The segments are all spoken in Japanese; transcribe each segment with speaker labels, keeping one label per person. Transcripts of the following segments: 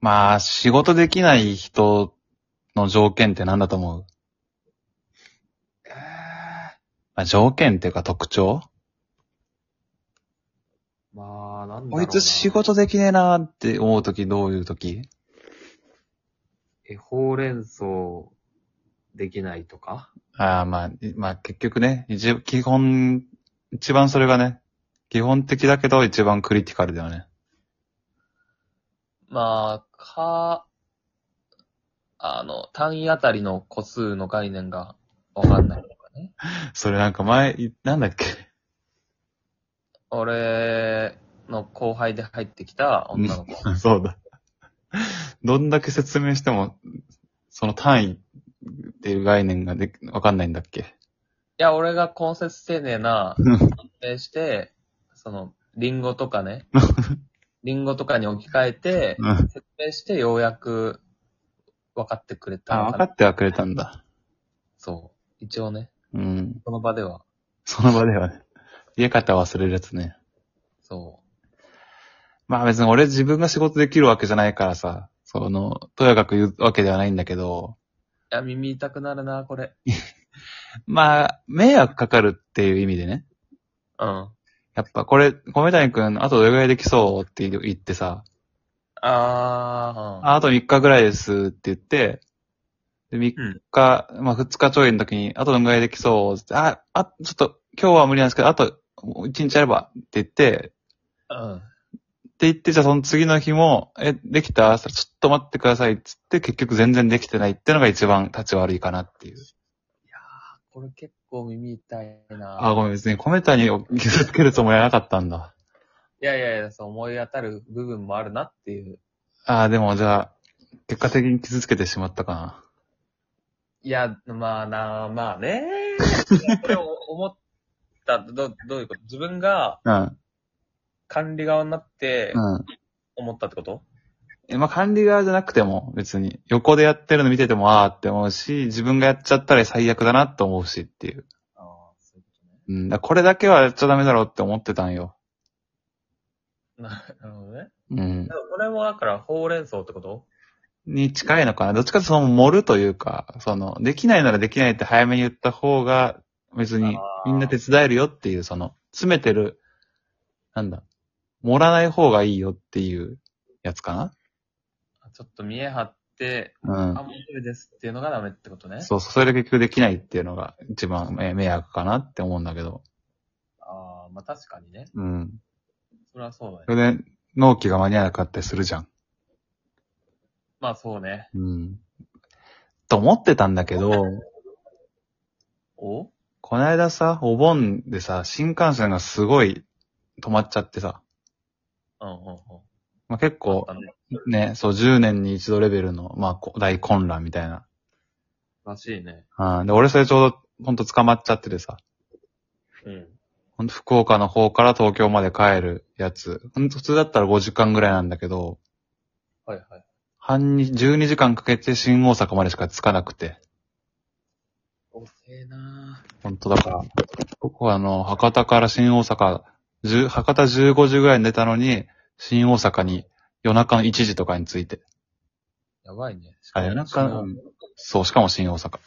Speaker 1: まあ、仕事できない人の条件って何だと思う
Speaker 2: えー
Speaker 1: まあ、条件っていうか特徴
Speaker 2: まあ、なんだろう
Speaker 1: こ
Speaker 2: な。
Speaker 1: いつ仕事できねえなーって思うときどういうとき
Speaker 2: え、ほうれん草できないとか
Speaker 1: ああ、まあ、いまあ結局ね、一基本、一番それがね、基本的だけど一番クリティカルだよね。
Speaker 3: まあ、か、あの、単位あたりの個数の概念がわかんない。
Speaker 1: それなんか前、いなんだっけ
Speaker 3: 俺の後輩で入ってきた女の子。
Speaker 1: そうだ。どんだけ説明しても、その単位っていう概念がでわかんないんだっけ
Speaker 3: いや、俺が根節丁寧な
Speaker 1: うん
Speaker 3: 判定して、その、リンゴと かね、リンゴとかに置き換えて、
Speaker 1: うん。
Speaker 3: 説明してようやく分かってくれた
Speaker 1: あ、
Speaker 3: の
Speaker 1: 分
Speaker 3: か
Speaker 1: か
Speaker 3: な。
Speaker 1: ってはくれたんだ。
Speaker 3: そう。一応ね、
Speaker 1: うん。
Speaker 3: この場では、
Speaker 1: その場ではね。言え方忘れるやつね。
Speaker 3: そ
Speaker 1: まあ別に俺自分が仕事できるわけじゃないからさ、その、とやかく言うわけではないんだけど、
Speaker 3: う。いや、耳痛くなるな、これ。
Speaker 1: まあ、迷惑かかるっていう意味でね。
Speaker 3: うん。
Speaker 1: やっぱこれ、米谷くん、あとどれぐらいできそうって言ってさ、
Speaker 3: あー、
Speaker 1: ああと3日ぐらいですって言って、で、3日、まあ2日ちょいの時に、あとどのぐらいできそうって、あ、あ、ちょっと今日は無理なんですけど、あと1日あればって言って、
Speaker 3: うん。
Speaker 1: って言って、じゃあその次の日も、え、できたそれちょっと待ってくださいっつって、結局全然できてないってのが一番立ち悪いかなっていう。
Speaker 3: これ結構耳痛いな。
Speaker 1: あ、ごめん、別に米谷を傷つけるつもりはなかったんだ。
Speaker 3: いやいやいや、そう思い当たる部分もあるなっていう。
Speaker 1: あーでもじゃあ、結果的に傷つけてしまったかな。
Speaker 3: いや、まあな、まあ ね。これを思った、ど、どういうこと自分が
Speaker 1: うん。
Speaker 3: 管理側になって
Speaker 1: うん。
Speaker 3: 思ったってこと、
Speaker 1: え、まあ、管理側じゃなくても、別に、横でやってるの見てても、ああって思うし、自分がやっちゃったら最悪だなって思うしっていう。
Speaker 3: ああ、そういうこ
Speaker 1: うん。だからこれだけはやっちゃダメだろうって思ってたんよ。
Speaker 3: とね。なるほどね。
Speaker 1: うん
Speaker 3: で。もこれもだから、ほうれん草ってこと
Speaker 1: に近いのかな。どっちかというとその、盛るというか、その、できないならできないって早めに言った方が、別に
Speaker 3: あ、ー
Speaker 1: みんな手伝えるよっていう、その、詰めてる、なんだ、盛らない方がいいよっていうやつか
Speaker 3: ちょっと見え張って、あ、
Speaker 1: な
Speaker 3: もう一人ですっていうのがダメってこと
Speaker 1: う
Speaker 3: ね
Speaker 1: ん。。そう、それで結局できないっていうのが一番え迷惑かなって思うんだけど。
Speaker 3: ああ、まあ確かにね。
Speaker 1: うん。
Speaker 3: それはそうだね
Speaker 1: そ。れで、納期が間に合わなかったりするじゃん。
Speaker 3: まあそうね。
Speaker 1: うん。と思ってたんだけ ど、
Speaker 3: お
Speaker 1: こないださ、お盆でさ、新幹線がすごい止まっちゃってさ、
Speaker 3: うんうんうん。
Speaker 1: まあ、結構
Speaker 3: あ、の
Speaker 1: ね、そう、10年に一度レベルの、まあこ、大混乱みたいな。
Speaker 3: らしいね。
Speaker 1: うん。で、俺それちょうど、ほんと捕まっちゃっててさ、
Speaker 3: うん。
Speaker 1: ほんと福岡の方から東京まで帰るやつ。ほんと普通だったら5時間ぐらいなんだけど、
Speaker 3: はいはい。
Speaker 1: 半日、12時間かけて新大阪までしか着かなくて。
Speaker 3: 遅えな
Speaker 1: ほんとだから、僕はあの、博多から新大阪、10博多15時ぐらいに出たのに、新大阪に夜中の1時とかに着いて。
Speaker 3: やばいね。
Speaker 1: あ、夜中
Speaker 3: そ
Speaker 1: の
Speaker 3: う、
Speaker 1: そう、しかも新大阪。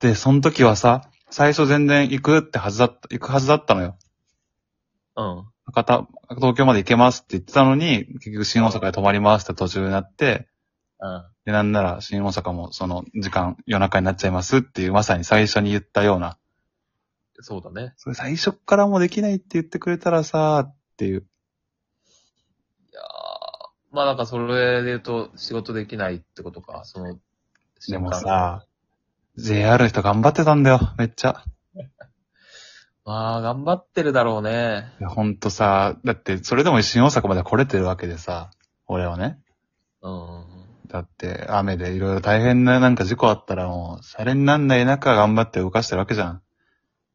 Speaker 1: で、その時はさ、最初全然行くってはずだった、行くはずだったのよ。
Speaker 3: うん。
Speaker 1: 博多、東京まで行けますって言ってたのに、結局新大阪で泊まりますって途中になって、
Speaker 3: うん。
Speaker 1: で、なんなら新大阪もその時間夜中になっちゃいますっていう、まさに最初に言ったような
Speaker 3: そうだね。
Speaker 1: それ最初っからもうできないって言ってくれたらさーっていう。
Speaker 3: いやーまあなんかそれで言うと仕事できないってことか、その、
Speaker 1: でも。さ、JR の人頑張ってたんだよ、めっちゃ。
Speaker 3: まあ頑張ってるだろうね。
Speaker 1: いやほんとさ、だってそれでも新大阪まで来れてるわけでさ、俺はね。
Speaker 3: うん。
Speaker 1: だって雨でいろいろ大変ななんか事故あったらもう、シャレになんない中頑張って動かしてるわけじゃ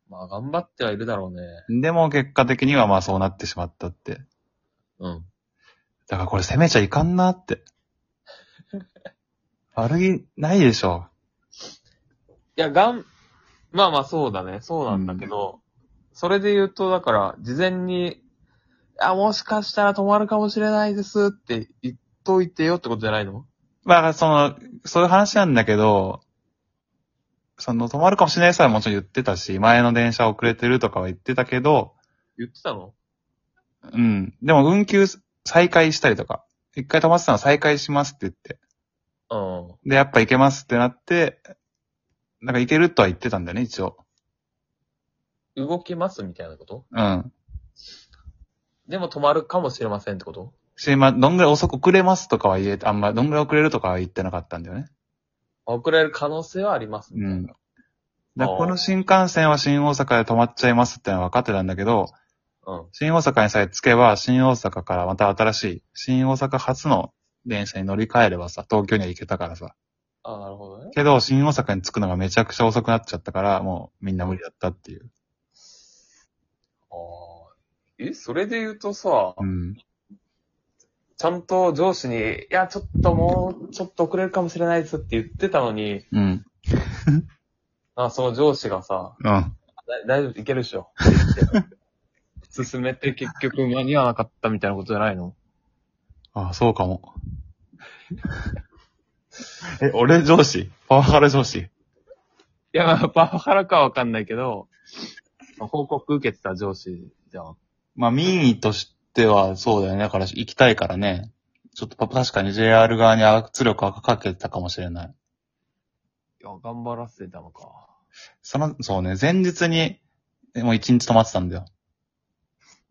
Speaker 3: まあ頑張ってはいるだろうね。
Speaker 1: ん。でも結果的にはまあそうなってしまったって。
Speaker 3: うん。
Speaker 1: だからこれ攻めちゃいかんなって。悪気ないでしょ。
Speaker 3: いや、がん、まあまあそうだね。そうなんだけど、それで言うとだから、事前に、あ、もしかしたら止まるかもしれないですって言っといてよってことじゃないの
Speaker 1: まあ、その、そういう話なんだけど、その、止まるかもしれないさえもちろん言ってたし、前の電車遅れてるとかは言ってたけど、
Speaker 3: 言ってたの
Speaker 1: うん。でも、運休再開したりとか、一回止まってたの再開しますって言って、
Speaker 3: うん。
Speaker 1: で、やっぱ行けますってなって、なんか行けるとは言ってたんだよね、一応。
Speaker 3: 動けますみたいなこと
Speaker 1: うん。
Speaker 3: でも止まるかもしれませんってこと
Speaker 1: し、まあ、どんぐらい遅く遅れますとかは言えて、あんま、どんぐらい遅れるとかは言ってなかったんだよね。
Speaker 3: 遅れる可能性はありますみたいな。
Speaker 1: うんだから
Speaker 3: あー
Speaker 1: この新幹線は新大阪で止まっちゃいますってのは分かってたんだけど、
Speaker 3: うん
Speaker 1: 新大阪にさえ着けば、新大阪からまた新しい、新大阪初の電車に乗り換えればさ、東京には行けたからさ。
Speaker 3: あなるほどね。
Speaker 1: けど、新大阪に着くのがめちゃくちゃ遅くなっちゃったから、もうみんな無理だったっていう。
Speaker 3: あーえ、それで言うとさ、
Speaker 1: うん。
Speaker 3: ちゃんと上司に、いや、ちょっともう、ちょっと遅れるかもしれないですって言ってたのに、
Speaker 1: うん。
Speaker 3: あその上司がさ、
Speaker 1: うん。
Speaker 3: だ大丈夫、いけるでしょ。進めて結局間に合わなかったみたいなことじゃないの
Speaker 1: ああ、そうかも。 え、俺上司パワハラ上司
Speaker 3: いや、まあパワハラかはわかんないけど、報告受けてた上司じゃん。
Speaker 1: まあ、民意としてはそうだよね。だから行きたいからね。ちょっと確かに JR 側に圧力はかけてたかもしれない。
Speaker 3: いや、頑張らせてたのか。
Speaker 1: その、そうね、前日に、えもう一日止まってたんだよ。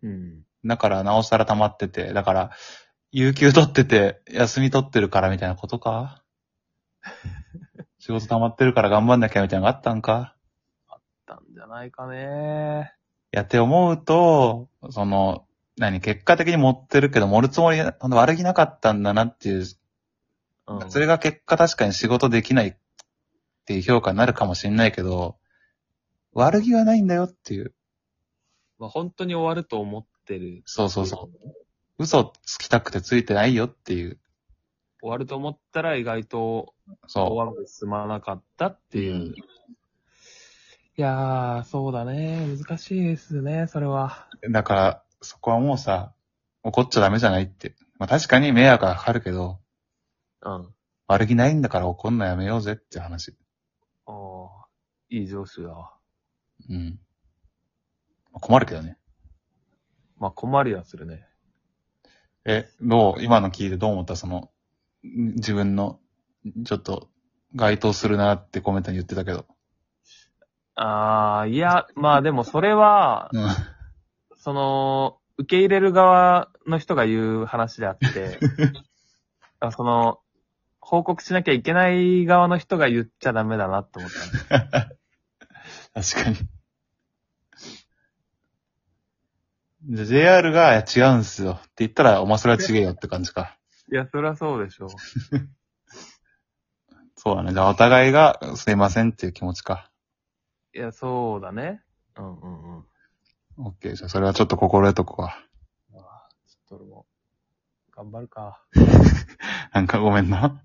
Speaker 3: うん。
Speaker 1: だから、なおさら溜まってて、だから、有給取ってて、休み取ってるからみたいなことか仕事溜まってるから頑張んなきゃみたいなのがあったんか
Speaker 3: たんじゃないかね。
Speaker 1: いや、って思うと、その、何、結果的に持ってるけど、盛るつもり、ほんと悪気なかったんだなっていう
Speaker 3: うん。
Speaker 1: それが結果確かに仕事できないっていう評価になるかもしれないけど、悪気はないんだよっていう。
Speaker 3: まあ、本当に終わると思ってる。
Speaker 1: そうそうそう。嘘つきたくてついてないよっていう。
Speaker 3: 終わると思ったら意外と終
Speaker 1: そう。
Speaker 3: わるで済まなかったっていう。
Speaker 1: うん
Speaker 3: いやー、そうだね。難しいですね、それは。
Speaker 1: だから、そこはもうさ、怒っちゃダメじゃないって。まあ確かに迷惑はかかるけど、
Speaker 3: うん。あ
Speaker 1: 悪気ないんだから怒んのやめようぜっていう話。
Speaker 3: あー、いい上司だわ。
Speaker 1: うん。まあ困るけどね。
Speaker 3: まあ、困りはするね。
Speaker 1: え、どう今の聞いてどう思ったその、ん自分の、ちょっと、該当するなってコメントに言ってたけど。
Speaker 3: ああ、いや、まあでもそれは、
Speaker 1: うん。
Speaker 3: その、受け入れる側の人が言う話であって、 あその、報告しなきゃいけない側の人が言っちゃダメだなって思った。
Speaker 1: 確かに。じゃあ JR が、いや違うんすよって言ったら、お前それは違えよって感じか。
Speaker 3: いや、そりゃそうでしょう。
Speaker 1: そうだね。じゃあお互いが、すいませんっていう気持ちか。
Speaker 3: いや、そうだね。うんうんうん。
Speaker 1: オッケー。じゃあそれはちょっと心得とこ か。
Speaker 3: ちょっと俺も、頑張るか。
Speaker 1: なんかごめんな。